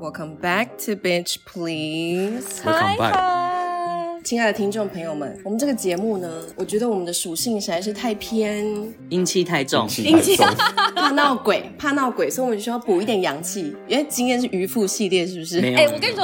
Welcome back to Bitch Please。 Welcome back。亲爱的听众朋友们，我们这个节目呢，我觉得我们的属性实在是太偏阴气太重，阴气太重怕闹鬼，怕闹鬼，所以我们需要补一点阳气。因为今天是渔夫系列，是不是？没有哎、我跟你说，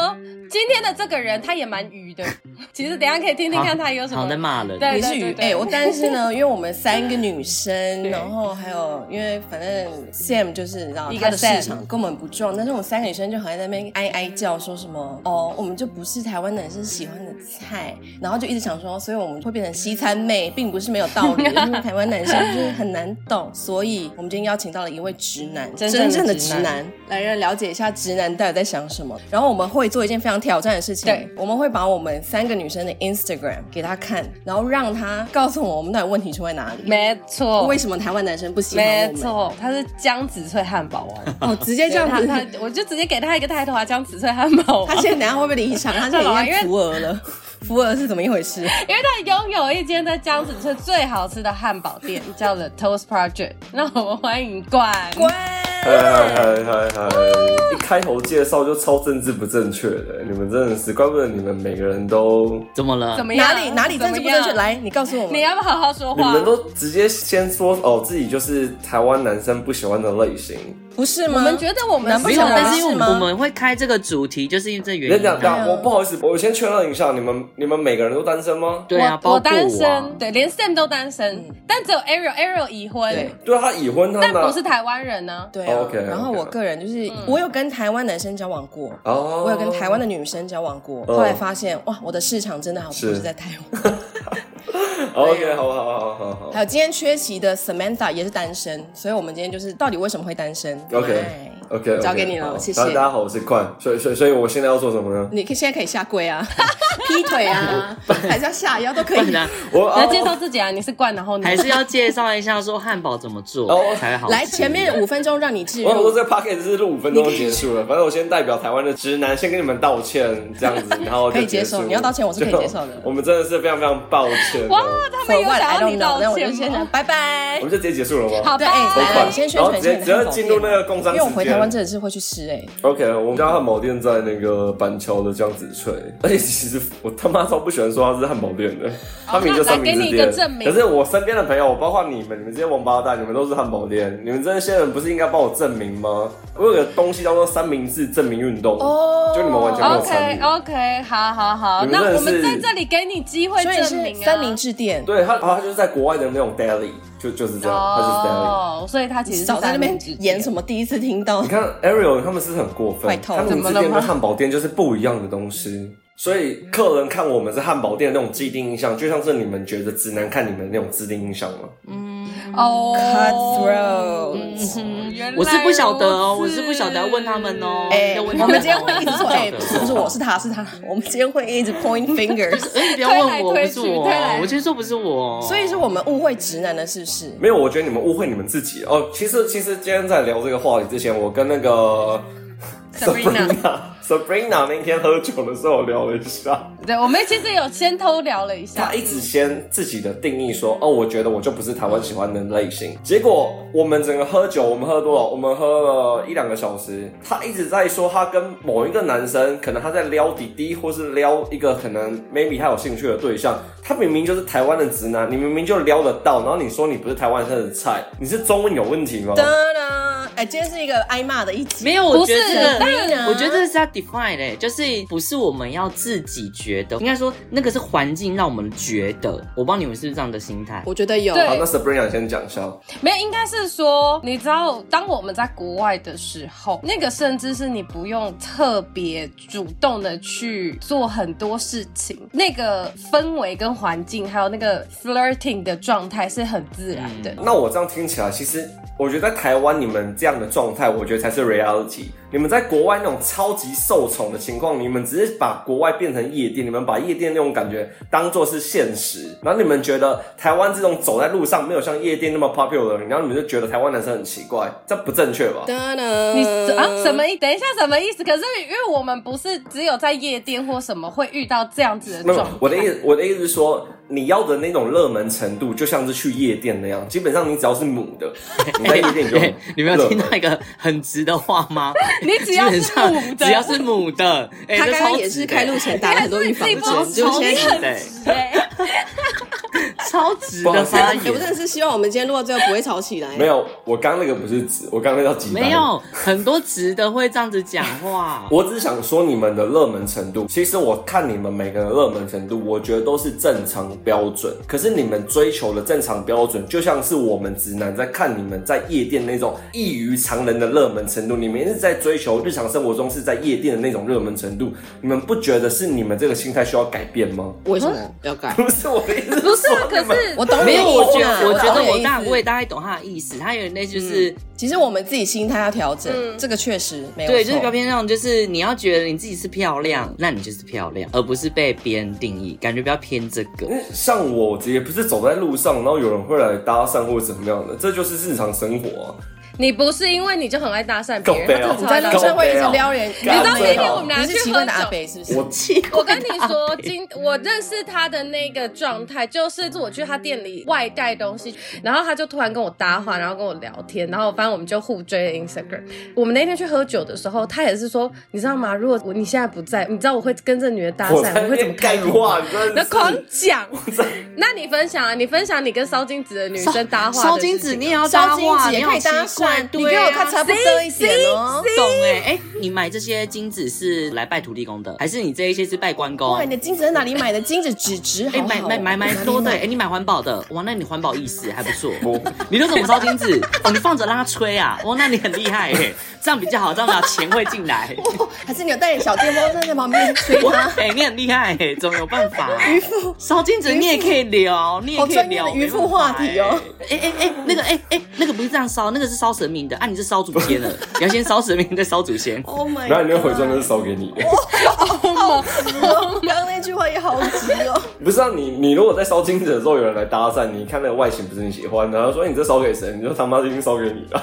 今天的这个人他也蛮愚的。 其实等一下可以听听看他有什好么。像在骂人。对你是鱼对对哎、我但是呢，因为我们三个女生，对然后还有因为反正 Sam 就是你知道一个他的市 Sam 场根本不壮，但是我们三个女生就好像在那边哀哀叫说什么哦，我们就不是台湾男生喜欢的菜，然后就一直想说，所以我们会变成西餐妹，并不是没有道 理，因为台湾男生就是很难懂，所以我们今天邀请到了一位直男，真正正的的直直男男，来让了解一下直男到底在想什么。然后我们会做一件非常挑战的事情，对我们会把我们三个女生的 Instagram 给他看，然后让他告诉我们我们到底问题出在哪里，没错，为什么台湾男生不喜欢我没们？错，他是姜子翠汉堡 王。哦，直接这样对子，他他他我就直接给他一个抬头啊，姜子翠汉堡王。现在等下会不会离场？他现在已经扶额了，扶额是怎么一回事？ 因为他拥有一间在江子翠最好吃的汉堡店，叫 The Toast Project。那我们欢迎冠关。嗨嗨嗨嗨嗨！一开头介绍就超政治不正确的，你们真的是，怪不得你们每个人都，怎么了怎？么样？哪里哪里政治不正确？啊怎么样，啊来，你告诉我们你。要不好好说你话们？都直接先说哦，自己就是台湾男生不喜欢的类型。不是吗？我们觉得我们难不没成有，我们但是因为我吗们我们会开这个主题，就是因为这等原一下等因一啊。下，我不好意思，我先确认一下，你们你们每个人都单身吗？对啊，我包括单我啊身，。对，连 Sam 都单身，但只有 Ariel Ariel 已对婚，嗯对啊，他已婚，他但哪不是台湾人呢。对啊。哦 OK，OK 然后我个人就是，嗯我有跟台湾男生交往过，哦，我有跟台湾的女生交往过，哦后来发现哇，我的市场真的好不是是在台湾。 OK，好好好好好还有今天缺席的 Samantha 也是单身，所以我们今天就是到底为什么会单身 OK 哎 OK，交给你了，谢谢大。家好，我是冠，所以所以所以我现在要做什么呢？你可以现在可以下跪啊， 劈腿 啊，还是要下腰都可不以。然我你要啊介绍自己啊，你是冠，然后呢？还是要介绍一下说汉堡怎么做哦才好吃。来，前面五分钟让你置 我想说入。这 p o c k e t 是录五分钟就结束了，反正我先代表台湾的直男先跟你们道歉，这 样子，然后就可以接受结束你要道歉我是可以就接受的我们真的是非常非常抱歉哦，哇，他们有 what 想 I 要你 don't know，那道我就歉先吗讲？拜拜我。们就直接结束了吗？好对，哎，吧，快来来，你先宣然后传一直下你接只的汉要堡进入那店。个工商因时为间。我回台湾真的是会去吃哎， OK，我们家汉堡店在那个板桥的江子翠，而且其实我他妈超不喜欢说它是汉堡店哦的，它名就三那明来治给你一店个证。明可是我身边的朋友，包括你们，你们这些王八蛋，你们都是汉堡店，你们这些人不是应该帮我证明吗？我有个东西叫做三明治证明运动，哦就你们完全没有参 OK 与。 OK，好好好，你们那真的我们是在这里给你机会所以证明是啊。三明治店，对他，他就是在国外的那种 deli，就就是这样，啊他就是 deli。哦，所以他其实是早在那边三明治演什么，第一次听到你。看 Ariel 他们是很过坏分，透他了们怎之么了间吗跟汉堡店就是不一样的东西。所以客人看我们是汉堡店的那种既定印象，就像是你们觉得直男看你们那种既定印象吗？哦 Cutthroat 嗯原来我是不晓得哦，如我此是不晓得要问他们哦。哎，要我问他们今天哦会一直 说，不晓哎，得不是不是我是他是他，我们今天会一直 point fingers， 哎，你不要问我，推来不推去是我推来哦，我先说不是我哦。所以是我们误会直男了，是不是？没有，我觉得你们误会你们自己哦。其实，其实今天在聊这个话题之前，我跟那个 Sabrina Sabrina 那天喝酒的时候聊了一下，对，我们其实有先偷聊了一下他，一直先自己的定义说，哦，我觉得我就不是台湾喜欢的类型。结果我们整个喝酒，我们喝多少？我们喝了一两个小时。他一直在说他跟某一个男生，可能他在撩弟弟，或是撩一个可能 maybe 他有兴趣的对象。他明明就是台湾的直男，你明明就撩得到，然后你说你不是台湾生的菜，你是中文有问题吗？哒哒，哎，今天是一个挨骂的一集。没有，我觉得不是啊这个但我觉得这是要 define 嘞、就是不是我们要自己觉得，应该说那个是环境让我们觉得。我帮你们是不是这样的心态？我觉得有，对好，那 Sabrina 先讲一下。没有，应该是说，你知道，当我们在国外的时候，那个甚至是你不用特别主动的去做很多事情，那个氛围跟环境，还有那个 flirting 的状态是很自然的。那我这样听起来，其实我觉得在台湾你们这样的状态，我觉得才是 reality。你们在国外那种超级受宠的情况，你们只是把国外变成夜店，你们把夜店那种感觉当做是现实，然后你们觉得台湾这种走在路上没有像夜店那么 popular，然后你们就觉得台湾男生很奇怪，这不正确吧？哒哒，你啊什么意？等一下什么意思？可是因为我们不是只有在夜店或什么会遇到这样子的没状有态，，我的意思，我的意思是说，你要的那种热门程度，就像是去夜店那样，基本上你只要是母的，你在夜店你就很对， 你没有热听门到一个很直的话吗？你 只要是基本上母的只要是母的，哎他这刚刚超也是直的开路前打了很多预防看针，哎自己结果不现你在很对直欸超直不好的意思发哎哎我真 言。的是希望我们今天录到最后不会吵起来。没，有，我刚那个不是直，我刚那叫直白，没有很多直的会这样子讲话我只想说你们的热门程度，其实我看你们每个人的热门程度，我觉得都是正常标准。可是你们追求的正常标准，就像是我们直男在看你们在夜店那种异于常人的热门程度，你们一直在追求日常生活中是在夜店的那种热门程度，你们不觉得是你们这个心态需要改变吗？为什么要改？不是我的意思，不是啊，可是我懂你的没意有，思啊， 我觉懂得我觉得你的我意大思我也大概懂他的意思，他有点类似就是。其实我们自己心态要调整，嗯这个确实没有对，错就是比较偏向，就是你要觉得你自己是漂亮，那你就是漂亮，而不是被别人定义，感觉比较偏这个因。为像我也不是走在路上，然后有人会来搭讪或者怎么样的，这就是日常生活啊。你不是因为你就很爱搭讪别人，够他真悲的哦你超在爱路搭高上讪。会一直撩人，你知道撩妹那天哦我们俩你是去奇怪的喝阿酒北是不是？我奇怪我跟你说，欸今我认识他的那个状态，就是我去他店里外带东西，然后他就突然跟我搭话，然后跟我聊天，然后反正我们就互追了 Instagram。我们那天去喝酒的时候，他也是说，你知道吗？如果我你现在不在，你知道我会跟这女的搭我讪，在我会那怎边么开干口话吗？，真的那是狂讲，真那你分享啊，你分享你跟烧金子的女生搭话的烧金事子，情啊你也要烧搭金话，子也可以搭讪，你对跟啊，我看差不多一点哦。懂哎、哎、你买这些金子是来拜土地公的，还是你这一些是拜关公？哇，你的金子在哪里买的？金子纸质好哎、好哦，买买买 蛮多的，哎、哪里买你买环保的，哇，那你环保意识还不错。不 你都怎么烧金子？哦，你放着让它吹啊，哇，那你很厉害哎、这样比较好，这样子啊钱会 进来。哦还是你有带点小电风扇在旁边吹 哇它？，哎、你很厉害、欸，怎么有办 法、渔夫烧金子你也可以聊，你也可以聊好专业的渔夫话题哦。没办法欸哎哎哎，那个哎哎、那个不是这样烧，那个是烧神明的啊，你是烧祖 先的，你要先烧神明再烧祖先。 Oh my！然后你那 god 回装就是烧给你。刚刚那句话也好急哦。 不是啊，你你如果在烧金子的时候有人来搭讪，你看那个外形不是你喜欢的，然后说哎你这烧给谁？你就他妈已经烧给你了。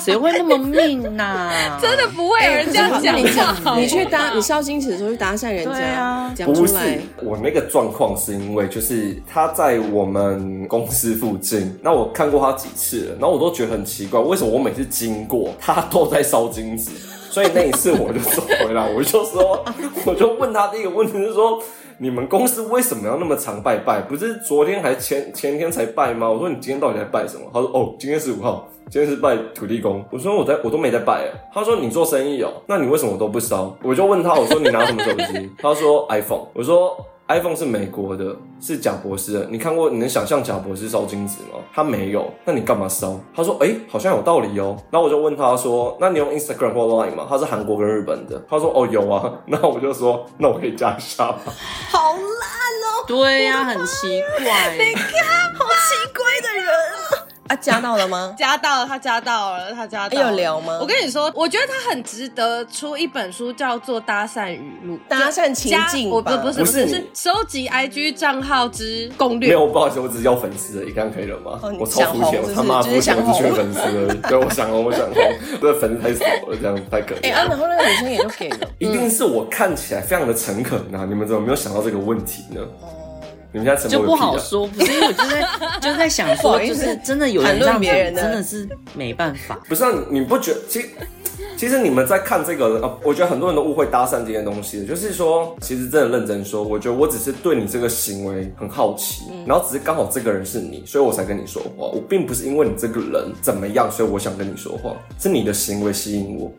谁会那么命呐、啊真的不会有人这样讲 哎你话。你去搭，你烧金子的时候去搭讪人对家啊，讲不出是来。我那个状况是因为就是他在我们公司附近，那我看过他几次了，然后我都觉得很奇怪，为什么我每次经过他都在烧金子？所以那一次我就走 回来，我就说，我就问他第一个问题是说。你们公司为什么要那么常拜拜？不是昨天还前前天才拜吗？我说你今天到底在拜什么？他说哦，今天十五号，今天是拜土地公。我说我在我都没在拜耶。他说你做生意哦，那你为什么都不烧？我就问他，我说你拿什么手机？他说 iPhone。我说 iPhone 是美国的，是贾博士的。你看过？你能想象贾博士烧金纸吗？他没有，那你干嘛烧？他说：“诶，好像有道理哦。”然后我就问他说：“那你用 Instagram 或 Line 吗？”他是韩国跟日本的。他说：“哦，有啊。” 那我就说：“那我可以加一下吗？”好烂哦， 对呀、很奇怪、好奇怪的人啊！啊，加到了 吗？加到了，他加到了，他加到了。哎有聊吗我跟你说，我觉得他很值得出一本书，叫做《搭讪语录》。搭讪情境加我不吧不是不不是是你是收集 IG 账号之攻没略。有，不好意思，我只是要粉丝而已，这样可以了吗？哦你我超肤想红浅，是不我是他妈就是肤浅，想我只缺红粉丝而已。对，我想红，我想红， 这粉丝太少了，这样太可哎怜。啊，然后那个女生也就给了。一定是我看起来非常的诚恳啊！你们怎么没有想到这个问题呢？哦你们现在沉就默不个屁好啊！说，不是因为我就 在就在想不好说，意就思是真的有人这谈论样子，别人的真的是没办法。不是、啊、你你不觉其实其实你们在看这个，呃，我觉得很多人都误会搭讪这件东西，就是说，其实真的认真说，我觉得我只是对你这个行为很好奇，然后只是刚好这个人是你，所以我才跟你说话。我并不是因为你这个人怎么样，所以我想跟你说话，是你的行为吸引我。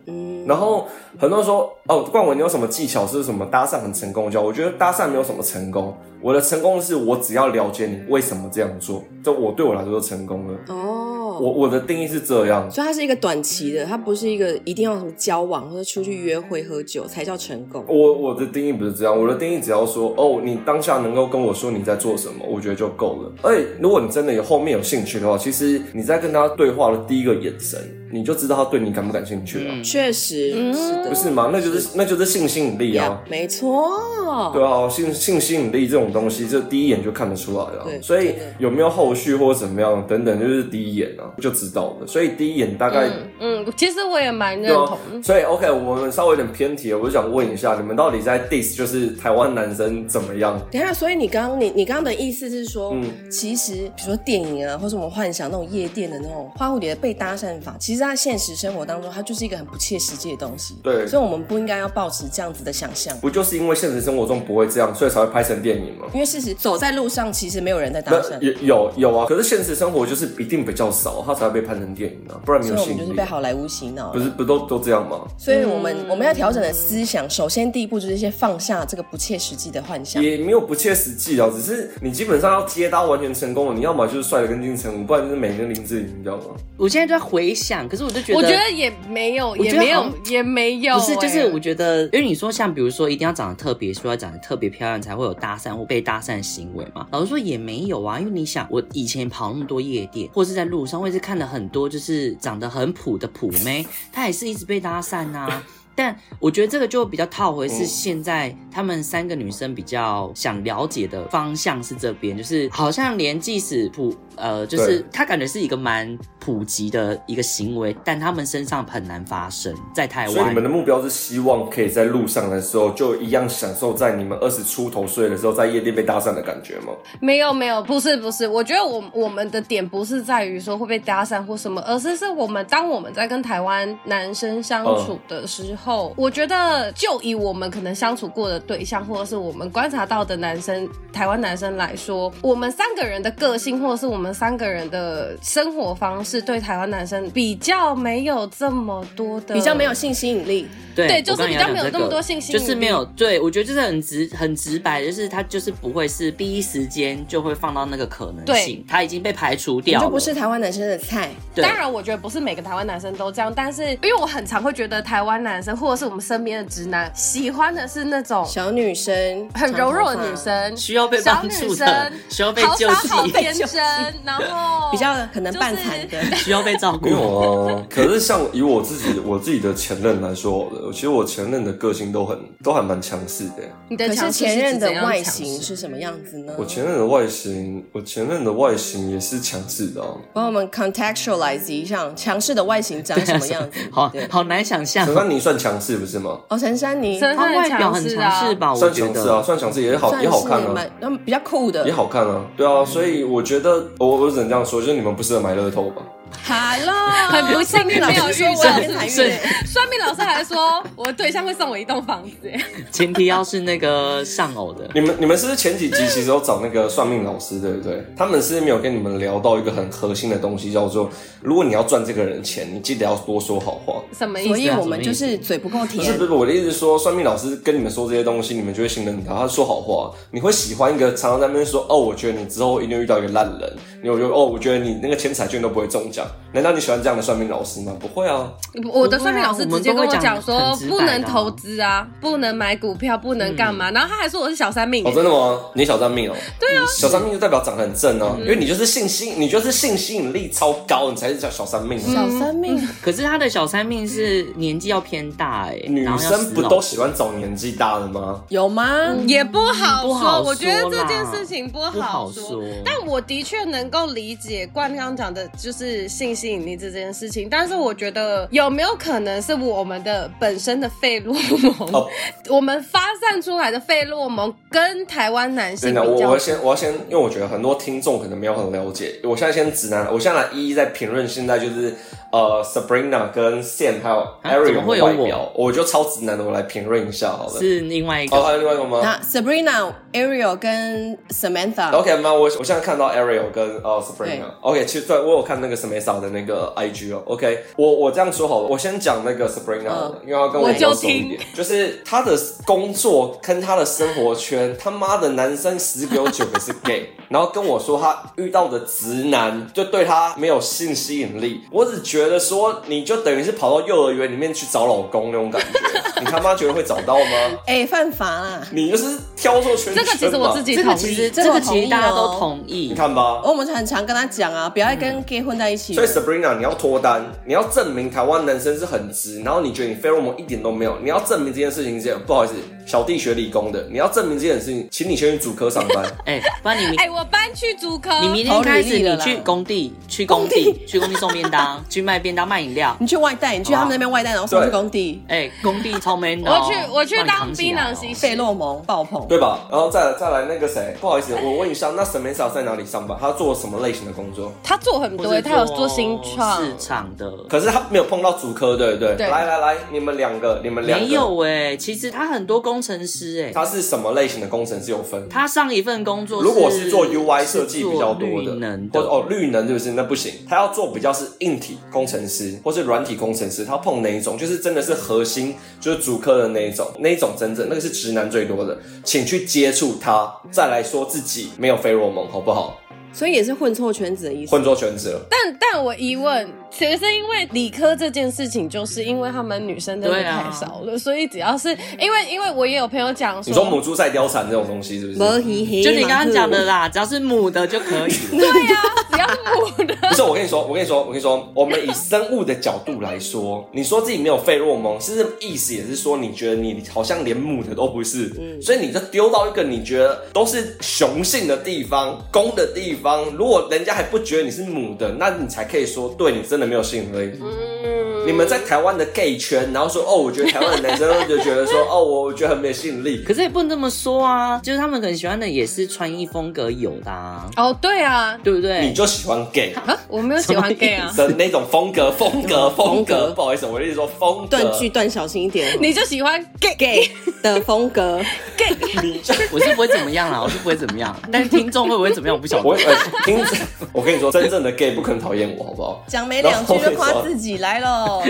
然后很多人说，哦，冠文，你有什么技巧是什么搭讪很成功的教？我觉得搭讪没有什么成功，我的成功是我只要了解你为什么这样做，这我对我来说就成功了。哦，我我的定义是这样，所以它是一个短期的，它不是一个一定要什么交往或者出去约会喝酒才叫成功。我我的定义不是这样，我的定义只要说哦，你当下能够跟我说你在做什么，我觉得就够了。而且如果你真的有后面有兴趣的话，其实你在跟他对话的第一个眼神，你就知道他对你感不感兴趣了、确实，是的，不是吗？那就是那就是性吸引力啊呀，。没错。对啊，性性吸引力这种东西，这第一眼就看得出来了对。所以真的有没有后续或者怎么样等等，就是第一眼啊就知道了。所以第一眼大概嗯嗯，过，其实我也蛮认对啊同。所以 OK，我们稍微有点偏题了，我就想问一下，你们到底在 diss 就是台湾男生怎么样？等一下，所以你刚刚你你刚刚的意思是说，嗯其实比如说电影啊，或者我们幻想那种夜店的那种花蝴蝶的被搭讪法，其实在现实生活当中，它就是一个很不切实际的东西。对所以我们不应该要抱持这样子的想象，不就是因为现实生活中不会这样，所以才会拍成电影吗？因为事实走在路上，其实没有人在搭那讪，有有有啊，可是现实生活就是一定比较少，他才会被拍成电影啊，不然没所有以我吸们就引是力啊被。好莱坞洗脑不了。是不都都这样吗？所以我们、我们要调整的思想，首先第一步就是先放下这个不切实际的幻想。也没有不切实际啊，只是你基本上要接到完全成功了，你要么就是帅的跟金城武，不然就是美得跟林志颖，你知道吗？我现在就在回想，可是我就觉得，我觉得也没有，觉得也没好有，也没有、不是，就哎是我觉得，因为你说像比如说一定要长得特别帅，长得特别漂亮才会有搭讪或被搭讪行为嘛。老实说也没有啊，因为你想，我以前跑那么多夜店，或是在路上，我也是看了很多就是长得很普的普妹，她也是一直被搭讪呐、但我觉得这个就比较套回是现在她们三个女生比较想了解的方向是这边，就是好像连即使普呃，就是对她感觉是一个蛮普及的一个行为，但她们身上很难发生在台湾。所以你们的目标是希望可以在路上的时候就一样享受在你们二十出头岁的时候在夜店被搭讪的感觉吗？没有没有，不是不是，我觉得我我们的点不是在于说会被搭讪或什么，而是是我们当我们在跟台湾男生相处的时候，我觉得就以我们可能相处过的对象，或者是我们观察到的男生，台湾男生来说，我们三个人的个性，或者是我们三个人的生活方式，对台湾男生比较没有这么多的，比较没有性吸引力，对对我就是刚才比要较没有讲那么多信息就是没有对，我觉得就是很直很直白，就是他就是不会是第一时间就会放到那个可能性，他已经被排除你掉了，就不是台湾男生的菜。对当然，我觉得不是每个台湾男生都这样，但是因为我很常会觉得台湾男生或者是我们身边的直男喜欢的是那种小女生，很柔弱的长女头发，生，需要被小帮女助的生，，需要被好救傻好济，天真，然后比较可能就是半残的。需要被照没有顾。啊，可是像以我自己我自己的前任来说，其实我前任的个性都很都还蛮强势的。你的 可强是势前任的怎样外强势形是什么样子呢？我前任的外形，我前任的外形也是强势的、啊。帮我们 contextualize 一下，强势的外形长什么样子？好对好难想象陈，珊妮算强势不是吗？哦，陈珊妮真他外表很强势吧？我算觉强势啊，得算强势也好算也好看是啊。蛮，那比较酷的也。好看啊，对啊，所以我觉得我我只能这样说，就是你们不适合买乐透吧。 Hello， 很不幸老没有师说遇我上有天才是遇是见。算命老师还说，我对象会送我一栋房子， 前提要是那个上偶的，你们你们是不是前几集其实有找那个算命老师，对不对？他们是没有跟你们聊到一个很核心的东西，叫做如果你要赚这个人钱，你记得要多说好话。什么意 所思？以我们就是嘴不够不是甜不，是，我的意思是说，算命老师跟你们说这些东西，你们就会信任他，他说好话，你会喜欢一个常常在那边说哦，我觉得你之后一定会遇到一个烂人，你我就哦，我觉得你那个钱彩券都不会中奖，难道你喜欢这样的算命老师吗？不会啊，我的算命老师直接跟我讲我们说都会讲很直白的啊不能投资啊，不能买股票，不能干嘛，然后他还说我是小三命哦，，真的吗？你小三命哦，对啊，小三命就代表长得很正哦、因为你就是性吸，你就是性吸引力超高，你才是叫小三命、啊。小生命可是他的小三命是年纪要偏大哎，女然后要生不死都老喜欢找年纪大的吗？有吗？也不好不好说，我觉得说这啦件事情不不好好说说。但我的确能够理解冠刚讲的，就是性吸引力这件事情。但是我觉得有没有可能是我们的本身的费洛蒙，哦，我们发散出来的费洛蒙跟台湾男性真的，我比啊我较要先我要先，因为我觉得很多听众可能没有很了解，我现在先直男，我现在来一一在评论现在就是呃 Sabrina 跟 Sam 还有啊怎么 Ariel 会的有外我表，我就超直男的，我来评论一下好了。是另外一哦，个，还有另外一个吗？那 Sabrina、Ariel 跟啊 Samantha， OK 吗？我我现在看到 Ariel 跟呃对 Sabrina。OK，其实对我有看那个 Samantha 的那个 IG 哦。OK，我我这样说好了，我先讲那个 Sabrina，、好了，因为她跟嗯我我比较就熟一听点。就是她的工作跟她的生活圈，他妈的男生十个有九个是 gay，然后跟我说她遇到的直男就对她没有性吸引力。我只觉得说，你就等于是跑到幼儿园里面去找老公那种感觉，你他妈觉得会找到吗？哎、犯法啦！你就是挑错圈圈这个其实我嘛自己这同个意，其实这这个个其同实意大家都哦同意你，看吧，我们很常跟他讲啊，不要再跟 gay 混在一起嗯所了以 Sabrina，你要脱单，你要证明台湾男生是很直，然后你觉得你费洛蒙一点都没有，你要证明这件事情是不好意思，小弟学理工的，你要证明这件事情，请你先去主科上 班。哎，不然你明哎、我搬去竹科，你明天开始，你去工地，去工工地，去工地送便当，去麦 卖便当卖饮料。你去外带，你去他们那边外带，然后送去对工地，哎、工地超 man 的、我哦，去我去帮你当扛起槟来榔哦西施费洛蒙爆棚。对吧？然后再来再来那个谁，不好意思，我问一下，那 Samantha 在哪里上班？她做什么类型的工作？他做很或多，是他有做新创，市场的。可是她没有碰到主科，对不对？对来来来，你们两个，你们两个，没有哎、其实他很多工程师哎、她是什么类型的工程师有分？他上一份工作如果是做 UI 设计是做比较多绿的，能或的者哦绿能就是那不行，他要做比较是硬体工程师或是软体工程师，他碰哪一种就是真的是核心，就是主科的那一种，那一种真正那个是直男最多的，请去接触他，再来说自己没有费洛蒙好不好？所以也是混错圈子的意思。混做全职了，但但我疑问，其实是因为理科这件事情，就是因为他们女生真的对啊太少了，所以只要是因为因为我也有朋友讲你说母猪赛貂蝉这种东西是不没是？嘿嘿就你刚刚讲的 啦，只要是母的就可以了。对呀、只要是母的， 不是，我跟你说，我跟你说，我跟你说，我们以生物的角度来说， 你说自己没有费洛蒙，其实意思也是说，你觉得你好像连母的都不是，所以你就丢到一个你觉得都是雄性的地方、公的地方，如果人家还不觉得你是母的，那你才可以说对你真的没有吸引力。嗯，你们在台湾的 gay 圈，然后说哦，我觉得台湾的男生就觉得说哦，我我觉得很没有吸引力。可是也不能这么说啊，就是他们可能喜欢的也是穿衣风格有的、啊，哦对啊，对不对？你就喜欢 gay 啊我没有喜欢 gay 啊，的那种风格，风格，风格，不好意思，我一直说风格。断句断小心一点，啊你就喜欢 gay gay 的风 格，你就 我是不会怎么样啦，我是不会怎 么样，但是听众会不会怎么样，我不晓我得。呃，听，我跟你说，真正的 gay 不可能讨厌我，好不好？讲没两句就夸自己来喽。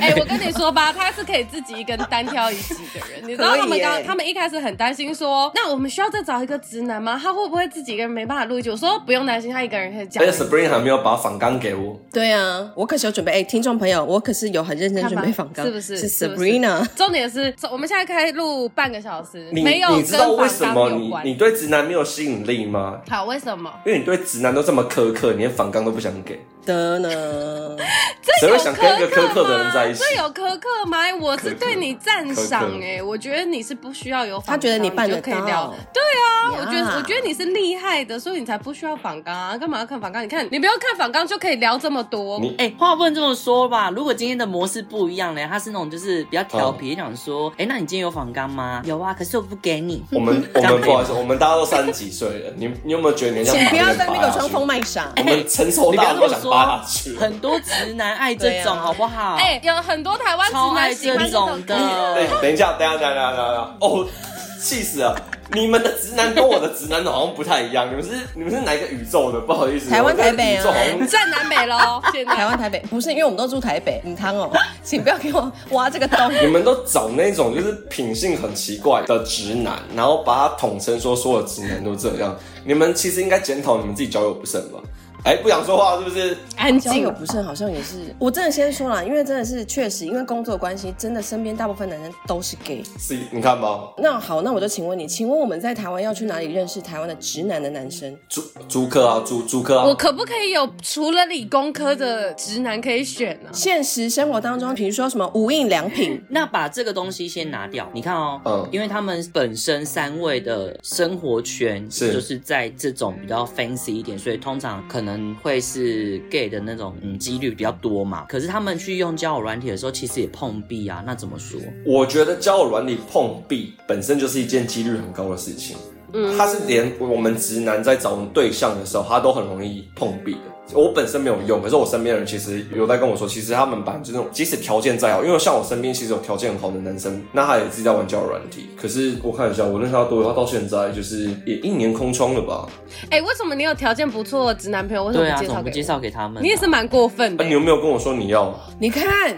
哎、我跟你说吧，他是可以自己一个人单挑一集的人。你知道他可以们耶刚，他们一开始很担心说，那我们需要再找一个直男吗？他会不会自己一个人没办法录一集？我说不用担心，他一个人可以讲而。且 Spring 还没有把反纲给我， 对啊，我可是有准备。哎，听众朋友，我可是有很认真看准吧备访纲，是不是？是是不是 Sabrina。重点是，我们现在开录半个小时，你没有你跟知道为什反么纲有你关你。对直男没有吸引力吗？好，为什么？因为你对直男都这么苛刻，你连反纲都不想给，的呢？谁有会想跟一个苛刻的人在一起？这有苛刻吗？我是对你赞赏苛刻哎、我觉得你是不需要有反纲，他觉得你办得就可以到聊。对啊，呀我觉得我觉得你是厉害的，所以你才不需要反纲啊，干嘛要看反纲？你看你不用看反纲就可以聊这么多。你哎、话不能这么说吧。如果今天的模式不一样嘞，他是那种就是比较调皮，想说，哎、那你今天有仿纲吗？有啊，可是我不给你。我们嗯我们不好意思，我们大家都三十几岁了，你你有没有觉得你像请不要把在人那扒个下装去疯卖傻。我们成熟你不大要这了都么想扒下说去，。很多直男爱这种，对啊好不好？哎、有很多台湾超直爱男喜欢这种的。对，哎等一下，等一下，等一下，等一下，等一下，哦，气死了！你们的直男跟我的直男好像不太一样，你们是你们是哪一个宇宙的？不好意思，台湾我在台北啊宇宙 好像站嗯南北喽，现在台湾台北不是，因为我们都住台北，你汤哦，请不要给我挖这个洞。你们都找那种就是品性很奇怪的直男，然后把它统称说所有直男都这样。你们其实应该检讨你们自己交友不慎吧？哎，不想说话是不是？安交友不慎好像也是，我真的先说啦，因为真的是确实，因为工作关系，真的身边大部分男生都是 gay。是，你看吧，那好，那我就请问你，请问我们在台湾要去哪里认识台湾的直男的男生？猪猪科啊，猪猪科哦我啊，可不可以有除了理工科的直男可以选呢、现实生活当中，比如说什么无印良 品，那把这个东西先拿掉，你看哦，嗯因为他们本身三位的生活圈是就是在这种比较 fancy 一点，所以通常可能会是 gay 的那种嗯几率比较多嘛。可是他们去用交友软体的时候，其实也碰壁啊，那怎么说？我觉得交友软体碰壁本身就是一件几率很高的事情。嗯他是连我们直男在找对象的时候，他都很容易碰壁的。我本身没有用，可是我身边的人其实有在跟我说，其实他们本来就那种，即使条件再好，因为像我身边其实有条件很好的男生，那他也自己在玩交友软体。可是我看一下，我认识他多久，他到现在就是也一年空窗了吧？哎、为什么你有条件不错的直男朋友，为什对么啊，不介怎绍么给不我介绍给他们啊、你也是蛮过分啊，的、欸你有没有跟我说你要？你看，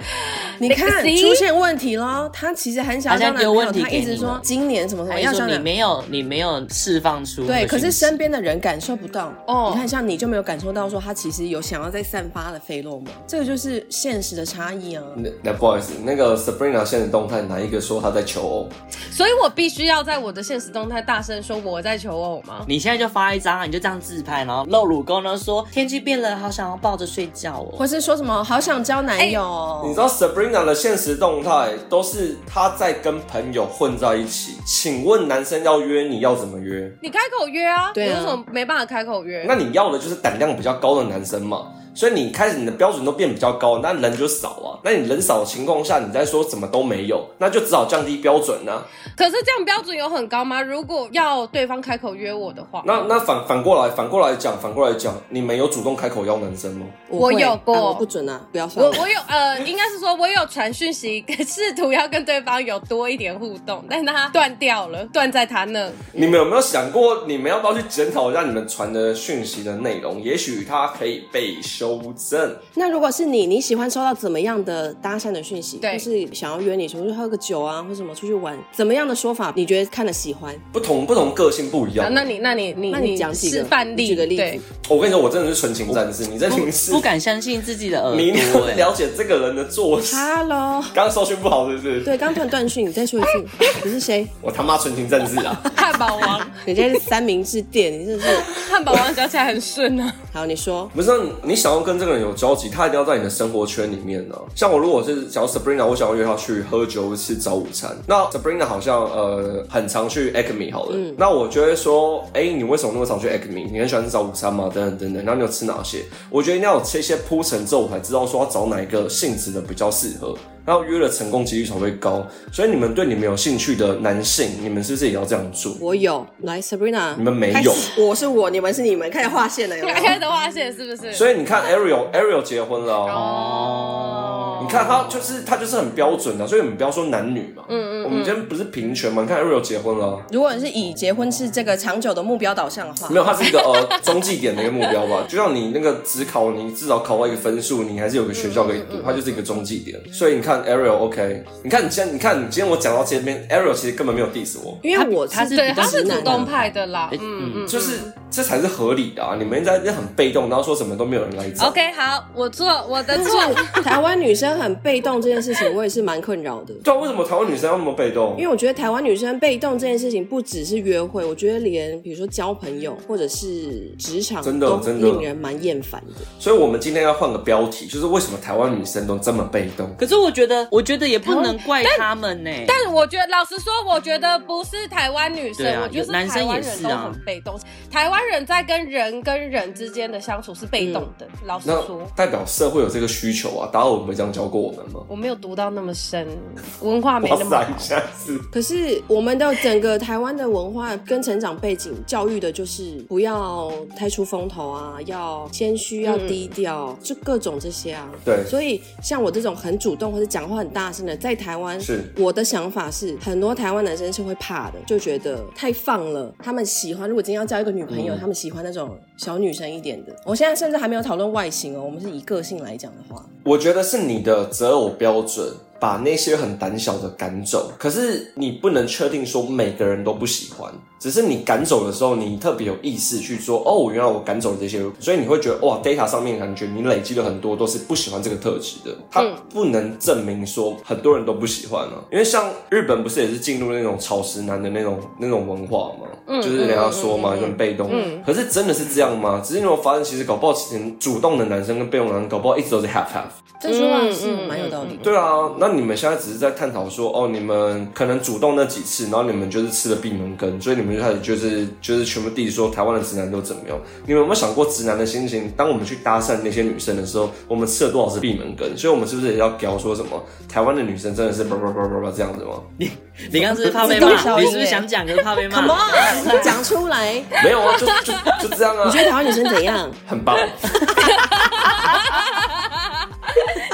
你看 See？出现问题喽。他其实很想要交男朋大家友，丢问题他给你一直说了今年什么什么还要是交说你男。没有你没有释放出对，那可是讯息身边的人感受不到。哦你看，像你就没有感受到说他其实有想要在散发的费洛蒙，这个就是现实的差异啊。嗯那那不好意思，那个 Sabrina 现实动态哪一个说他在求偶？所以我必须要在我的现实动态大声说我在求偶吗？你现在就发一张啊，你就这样自拍，然后露乳沟呢，说天气变冷，好想要抱着睡觉哦。或是说什么好想交男友哎哦，你知道 Sabrina 的现实动态都是她在跟朋友混在一起。请问男生要约你要怎么约？你开口约啊，对啊你为什么没办法开口约？那你要的就是胆量比较高的男生嘛。所以你开始你的标准都变比较高，那人就少啊。那你人少的情况下，你再说怎么都没有，那就只好降低标准啊呢、可是这样标准有很高吗？如果要对方开口约我的话，那那反反过来反过来讲，反过来讲，你们有主动开口邀男生吗？我有过啊我不准啊，不要算我了。我有呃，应该是说我有传讯息，试图要跟对方有多一点互动，但他断掉了，断在他那。你们有没有想过，你们要不要去检讨一下你们传的讯息的内容？也许它可以被修正。那如果是你，你喜欢收到怎么样的搭讪的讯息？对就是想要约你什么去喝个酒啊，或什么出去玩，怎么样的说法你觉得看了喜欢？不同不同个性不一啊样。那你那你你那你讲几个示范例，举个例子对，我跟你说，我真的是纯情战士，你在明示不，不敢相信自己的耳你朵、能欸。了解这个人的做事。 Hello，刚收讯不好是不是？对，刚断断讯，你再 说一次，你是谁？我他妈纯情战士啊！汉堡 王，人家是三明治店，你是不是？汉堡王讲起来很 顺啊。好，你说不是啊你想要跟这个人有交集，他一定要在你的生活圈里面呢、像我如果是想要 Sabrina，我想要约她去喝酒吃早午餐，那 Sabrina 好像呃很常去 Acme 好了，那我就会说，哎、你为什么那么常去 Acme？你很喜欢吃早午餐吗？等等等等，然后你有吃哪些？我觉得一定要有这些铺陈之后，我才知道说要找哪一个性质的比较适合。然后约了成功几率才会高，所以你们对你们有兴趣的男性，你们是不是也要这样做？我有，来 Sabrina，你们没有开始我是我，你们是你们，开始划线了，有没开有？的划线是不是？所以你看 Ariel，Ariel 结婚了、哦。哦你看他就是他就是很标准的，所以我们不要说男女嘛，嗯嗯我们今天不是平权嘛？你看 Ariel 结婚了啊， 如果你是以结婚是这个长久的目标导向的话没，有，他是一个呃中继点的一个目标吧，就像你那个只考你至少考到一个分数，你还是有个学校可以读，它就是一个中继点。所以你看 Ariel OK，你看你今天你看你今天我讲到这边，Ariel 其实根本没有 diss 我，因为我他是对，他是直男主的动派的啦。嗯嗯嗯。就是这才是合理的啊！你们在那边很被动，然后说什么都没有人来找。 OK，好，我做我的但 做。是台湾女生很被动这件事情，我也是蛮困扰的。对啊，为什么台湾女生要那么被动因？为我觉得台湾女生被动这件事情，不只是约会，我觉得连比如说交朋友或者是职场，真的都真的令人蛮厌烦的。所以我们今天要换个标题，就是为什么台湾女生都这么被动？可是我觉得，我觉得也不能怪他们呢、但我觉得，老实说，我觉得不是台湾女生，对啊我觉得是有男台生湾也人是都啊很被动。台湾人在跟人跟人之间的相处是被动嗯的，老实那说。代表社会有这个需求啊？达尔文没这样教过我们吗？我没有读到那么深，文化没哇那么塞，好。下次可是我们的整个台湾的文化跟成长背景教育的就是不要太出风头啊，要谦虚，要低调，就各种这些啊。对所以像我这种很主动或者讲话很大声的，在台湾是我的想法是，很多台湾男生是会怕的，就觉得太放了。他们喜欢，如果今天要交一个女朋友，嗯他们喜欢那种小女生一点的。我现在甚至还没有讨论外形哦，我们是以个性来讲的话，我觉得是你的择偶标准把那些很胆小的赶走，可是你不能确定说每个人都不喜欢，只是你赶走的时候，你特别有意识去说，哦，原来我赶走了这些，所以你会觉得哇，data 上面感觉你累积了很多都是不喜欢这个特质的，它不能证明说哦很多人都不喜欢啊，因为像日本不是也是进入那种草食男的那种那种文化吗？就是人家说嘛，很被动。可是真的是这样吗？只是你有没有发现，其实搞不好，其实主动的男生跟被动的男生，搞不好一直都是 half half。这句话嗯是嗯蛮有道理的。对啊，那你们现在只是在探讨说，哦，你们可能主动那几次，然后你们就是吃了闭门羹，所以你们就开始就是就是全部地说台湾的直男都怎么样？你们有没有想过直男的心情？当我们去搭讪那些女生的时候，我们吃了多少次闭门羹？所以我们是不是也要屌说什么台湾的女生真的是叭叭叭叭叭这样子吗？你刚刚是不是怕被自动效骂，应你是不是想讲，可是怕被嗯骂 Come on，讲 出来，你没有啊，就就就这样啊觉，得台湾女生怎样？很棒。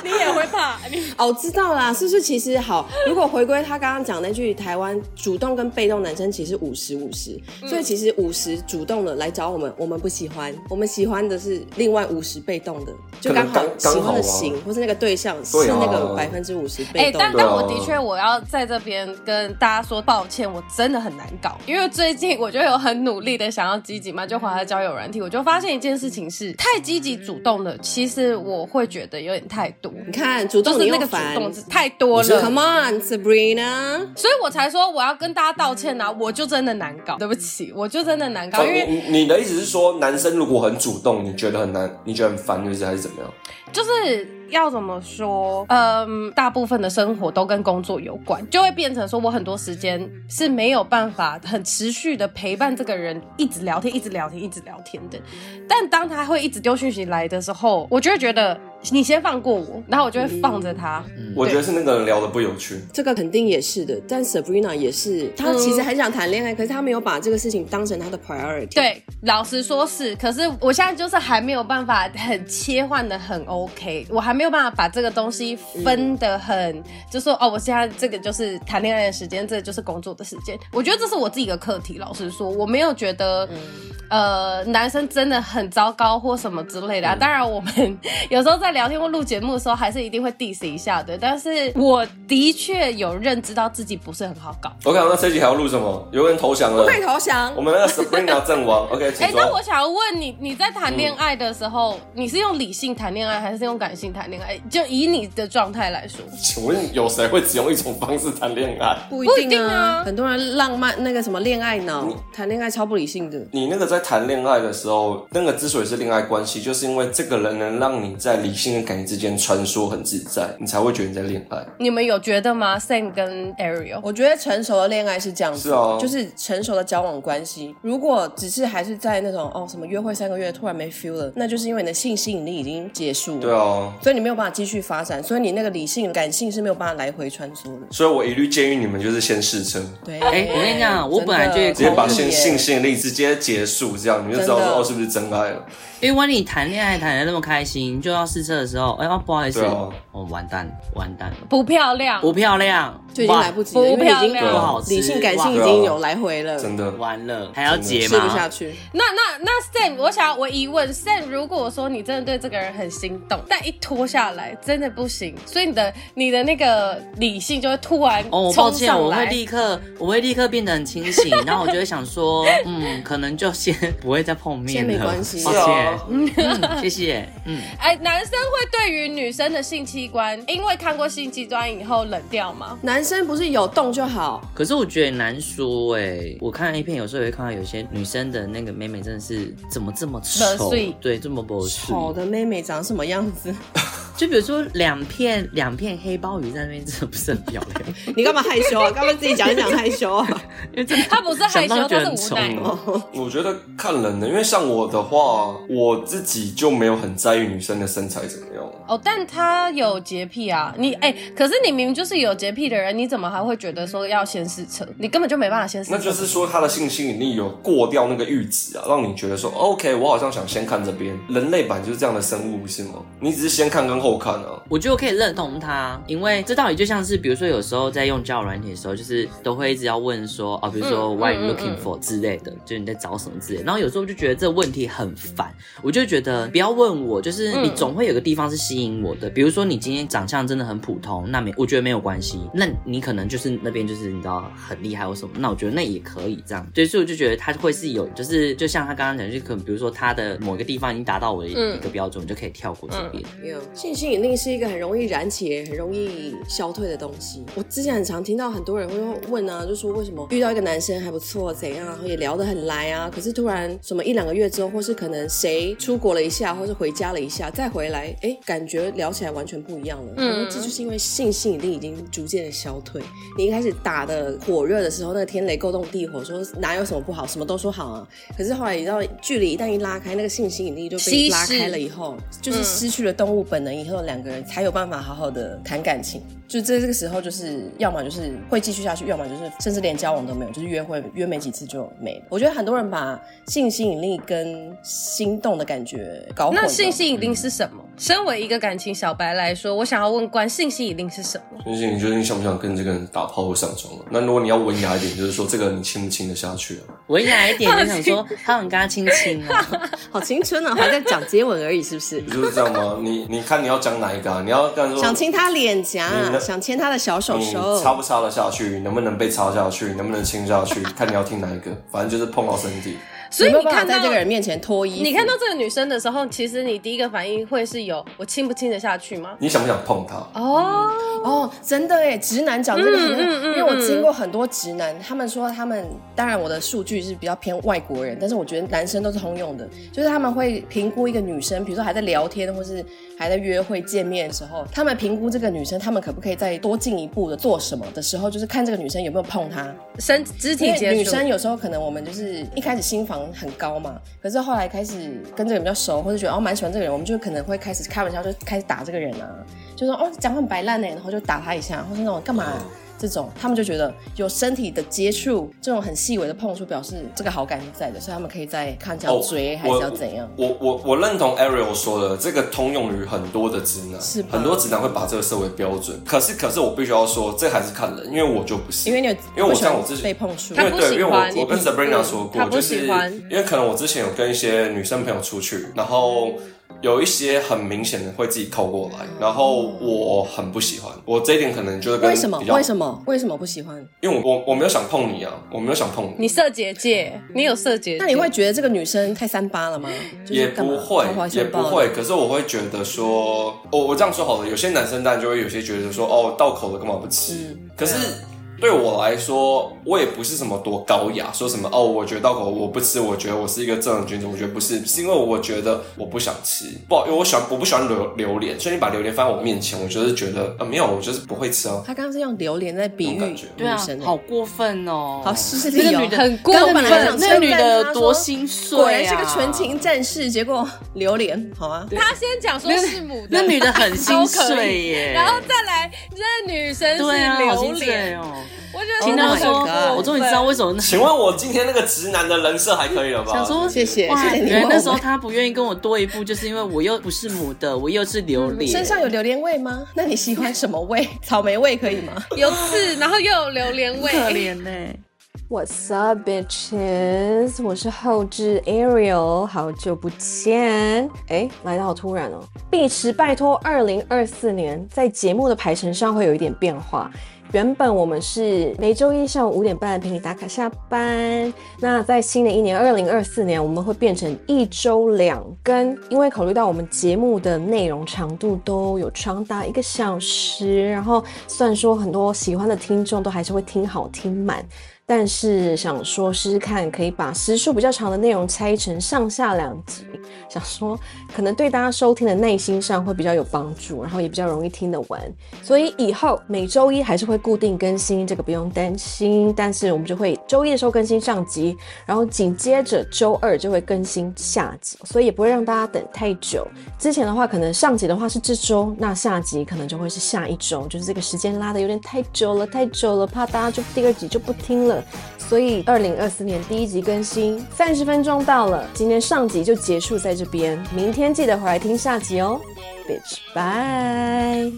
你也会怕？你哦，知道啦，是不是？其实好，如果回归他刚刚讲那句，台湾主动跟被动男生其实五十五十，嗯所以其实五十主动的来找我们，我们不喜欢，我们喜欢的是另外五十被动的，就刚好可能刚喜刚好欢啊的型、或是那个对象是对啊那个百分之五十哎、被动但的。但我的确我要在这边跟大家说抱歉，我真的很难搞，因为最近我就有很努力的想要积极嘛，就滑下交友软体，我就发现一件事情是，太积极主动的，其实我会觉得有点太多，你看，主就动是你那又个主烦。动是太多了。 Come on, Sabrina，所以我才说我要跟大家道歉呐、我就真的难搞，对不起，我就真的难搞，因你为你你的意思是说，男生如果很主动，你觉得很难，你觉得很烦，就是还是怎么样？就是要怎么说？嗯，大部分的生活都跟工作有关，就会变成说我很多时间是没有办法很持续的陪伴这个人，一直聊天，一直聊天，一直聊天的。但当他会一直丢讯息来的时候，我就会觉得你先放过我，然后我就会放着他。我觉得是那个人聊的不有趣。这个肯定也是的，但 Sabrina 也是，她其嗯实很想谈恋爱，可是她没有把这个事情当成她的 priority。，对，老实说是，可是我现在就是还没有办法很切换的很 OK，我还没有办法把这个东西分的很，就说哦，我现在这个就是谈恋爱的时间，这个就是工作的时间。我觉得这是我自己的课题。老实说，我没有觉得。呃，男生真的很糟糕或什么之类的、啊。当然，我们有时候在聊天或录节目的时候，还是一定会 diss 一下的。但是，我的确有认知到自己不是很好搞。 OK，那这集还要录什么？哦有人投降了。快投降我！们那个 Sabrina 阵亡。OK，请哎、说。那我想要问你，你在谈恋爱的时候，你是用理性谈恋爱，还是用感性谈恋爱？就以你的状态来说，请问有谁会只用一种方式谈恋爱？不不一定啊很多人浪漫那个什么恋爱脑，谈恋爱超不理性的。你那个在谈恋爱的时候，那个之所以是恋爱关系，就是因为这个人能让你在理性跟感性之间穿梭很自在，你才会觉得你在恋爱。你们有觉得吗？Sam 跟 Ariel，我觉得成熟的恋爱是这样子，是啊就是成熟的交往关系。如果只是还是在那种哦什么约会三个月突然没 feel 了，那就是因为你的性吸引力已经结束对了，啊，所以你没有办法继续发展，所以你那个理性感性是没有办法来回穿梭的。所以我一律建议你们就是先试车，对，哎我跟你讲我本来就有直接把真性的性吸引力直接结束，这样你就知道真的说哦是不是真爱了。因为万一你谈恋爱谈的那么开心，就要试车的时候，哎呀，不好意思，对啊哦，完蛋，完蛋了，不漂亮，不漂亮，就已经来不及了，哇因为你已经不好吃理性感性已哇经有来回了，真吃的哇，完了，还要结不下吗？去。那那那 Sam，我想我疑问 Sam，如果说你真的对这个人很心动，但一脱下来真的不行，所以你的你的那个理性就会突然哦，我抱冲歉，上我会来。立刻，我会立刻变得很 清醒，然后我就会想说，嗯，可能就先不会再碰面先了，没关系抱是歉啊，嗯谢谢，嗯，哎、男生会对于女生的性器官，因为看过性器官以后冷掉吗？男生不是有动就好，可是我觉得很难说哎、我看 A 片有时候也会看到有些女生的那个妹妹真的是怎么这么薄丑碎，对，这么不丑的妹妹长什么样子？就比如说两片两片黑鲍鱼在那边，真的不是很漂亮，你干嘛害羞啊？干嘛自己讲一讲害羞啊？因为真的他不是害想到羞，就觉他得是很无丑奈。嗯 我觉得看人的，因为像我的话，我自己就没有很在意女生的身材怎么样。哦，但他有洁癖啊！你嗯哎、可是你明明就是有洁癖的人，你怎么还会觉得说要先试车？你根本就没办法先试车。那就是说，他的性吸引力有过掉那个阈值啊，让你觉得说，OK，我好像想先看这边。人类版就是这样的生物，不是吗？你只是先看跟后看啊。我觉得我可以认同他，因为这道理就像是，比如说有时候在用交友软体的时候，就是都会一直要问说，哦，比如说嗯 What are 嗯 you 嗯 looking for 之类的，就是你在找什么之类的。然后有时候我就觉得这问题很烦，我就觉得不要问我，就是你总会有个地方是吸引我的。比如说你今天长相真的很普通，那没我觉得没有关系，那你可能就是那边就是你知道很厉害或什么，那我觉得那也可以这样。对，所以我就觉得他会是有，就是就像他刚刚讲，就可能比如说他的某一个地方已经达到我的一个标准，我就可以跳过这边。没嗯有，性吸引力是一个很容易燃起、也很容易消退的东西。我之前很常听到很多人会问啊，就说为什么遇到一个男生还不错，怎样啊，也聊得很来啊，可是突然什么一两个月之后，或是可能谁出国了一下，或是回家了一下，再回来，哎，感觉聊起来完全不一样了。嗯嗯，这就是因为性吸引力已经逐渐的消退。你一开始打的火热的时候，那个天雷勾动地火，说哪有什么不好，什么都说好啊。可是后来你知道，距离一旦一拉开，那个性吸引力就被稀释拉开了以后，就是失去了动物本能以后，两个人才有办法好好的谈感情。就在这个时候，就是要么就是会继续下去，要么就是甚至连交往都没有，就是约会约没几次就没了。我觉得很多人把性吸引力跟心动的感觉搞混了。那性吸引力是什么？身为一个感情小白来说，我想要问关性吸引力是什么？就是你究竟想不想跟这个人打炮或上床啊？那如果你要文雅一点，就是说这个人你亲不亲得下去啊？文雅一点，就想说他想跟他亲亲 啊，好青春啊，还在讲接吻而已，是不 是不？就是这样吗？你你看你要讲哪一个啊？你要干说想亲他脸颊你呢，想牵他的小手你手。插不插得下去，能不能被插下去，能不能亲下去，看你要听哪一个，反正就是碰到身体。所以没有你办法看到在这个人面前脱衣服，你看到这个女生的时候，其实你第一个反应会是有我亲不亲得下去吗？你想不想碰他？哦，哦，真的哎，直男讲这个很，嗯嗯嗯因为我嗯经过很多直男，他们说他们，当然我的数据是比较偏外国人，但是我觉得男生都是通用的，就是他们会评估一个女生，比如说还在聊天或是还在约会见面的时候，他们评估这个女生，他们可不可以再多进一步的做什么的时候，就是看这个女生有没有碰她。身肢因体接为触，女生有时候可能我们就是一开始心房很高嘛，可是后来开始跟这个人比较熟，或者觉得哦蛮喜欢这个人，我们就可能会开始开玩笑，就开始打这个人啊，就说哦讲话很白烂呢，然后就打他一下，或是那种干嘛、这种，他们就觉得有身体的接触，这种很细微的碰触，表示这个好感是在的，所以他们可以再看是要追、还是要怎样。哦我我我认同 Ariel 说的，这个通用于很多的直男，是吧很多直男会把这个设为标准。可是可是我必须要说，这还是看人，因为我就不是，因为你有，因为我不喜欢像我自己被碰触因，为他不对，喜因为我欢我跟 Sabrina 嗯说过，他不就是喜欢因为可能我之前有跟一些女生朋友出去，然后有一些很明显的会自己靠过来，然后我很不喜欢，我这一点可能就是跟为什么比？较为什么？为什么不喜欢？因为我我我没有想碰你啊，我没有想碰你。你色结界，你有色结界，那你嗯会觉得这个女生太三八了吗？就是也干嘛不会花花，也香不爆的会。可是我会觉得说，我我这样说好了，有些男生当然就会有些觉得说，哦，到口了干嘛不吃？嗯可是对我来说，我也不是什么多高雅，说什么哦，我觉得到口我不吃，我觉得我是一个正人君子，我觉得不是，是因为我觉得我不想吃，不好，因为我喜欢我不喜欢榴榴莲，所以你把榴莲放在我面前，我就是觉得呃没有，我就是不会 吃哦。他刚刚是用榴莲在比喻有感觉女对啊生，，欸好过分哦！好势那利个哦女的很过刚刚分本来想那个女称赞的她多说心碎、啊，果然是个纯情战士，结果榴莲好啊，他先讲说是母那 的，女的很心都可碎以 耶。然后再来这女生是对啊，好榴心碎莲，哦。我觉得听到到真的说很过分，我终于知道为什么那请问我今天那个直男的人设还可以了吧？想说谢谢哇谢谢你原来问那我时候他不愿意跟我多一步，就是因为我又不是母的，我又是榴嗯莲，身上有榴莲味吗？那你喜欢什么味？草莓味可以吗？有刺，然后又有榴莲味，可怜呢、 What's up, bitches？我是后置 Ariel，好久不见。哎，来的好突然哦。碧池，拜托，二零二四年在节目的排程上会有一点变化。原本我们是每周一上午五点半陪你打卡下班，那在新的一年二零二四年，我们会变成一周两更，因为考虑到我们节目的内容长度都有长达一个小时，然后虽然说很多喜欢的听众都还是会听好听满，但是想说试试看，可以把时数比较长的内容拆成上下两集，想说可能对大家收听的内心上会比较有帮助，然后也比较容易听得完。所以以后每周一还是会固定更新，这个不用担心。但是我们就会周一的时候更新上集，然后紧接着周二就会更新下集，所以也不会让大家等太久。之前的话，可能上集的话是这周，那下集可能就会是下一周，就是这个时间拉的有点太久了，太久了，怕大家就第二集就不听了。所以二零二四年第一集更新三十分钟到了，今天上集就结束在这边，明天记得回来听下集哦。Bitch，拜。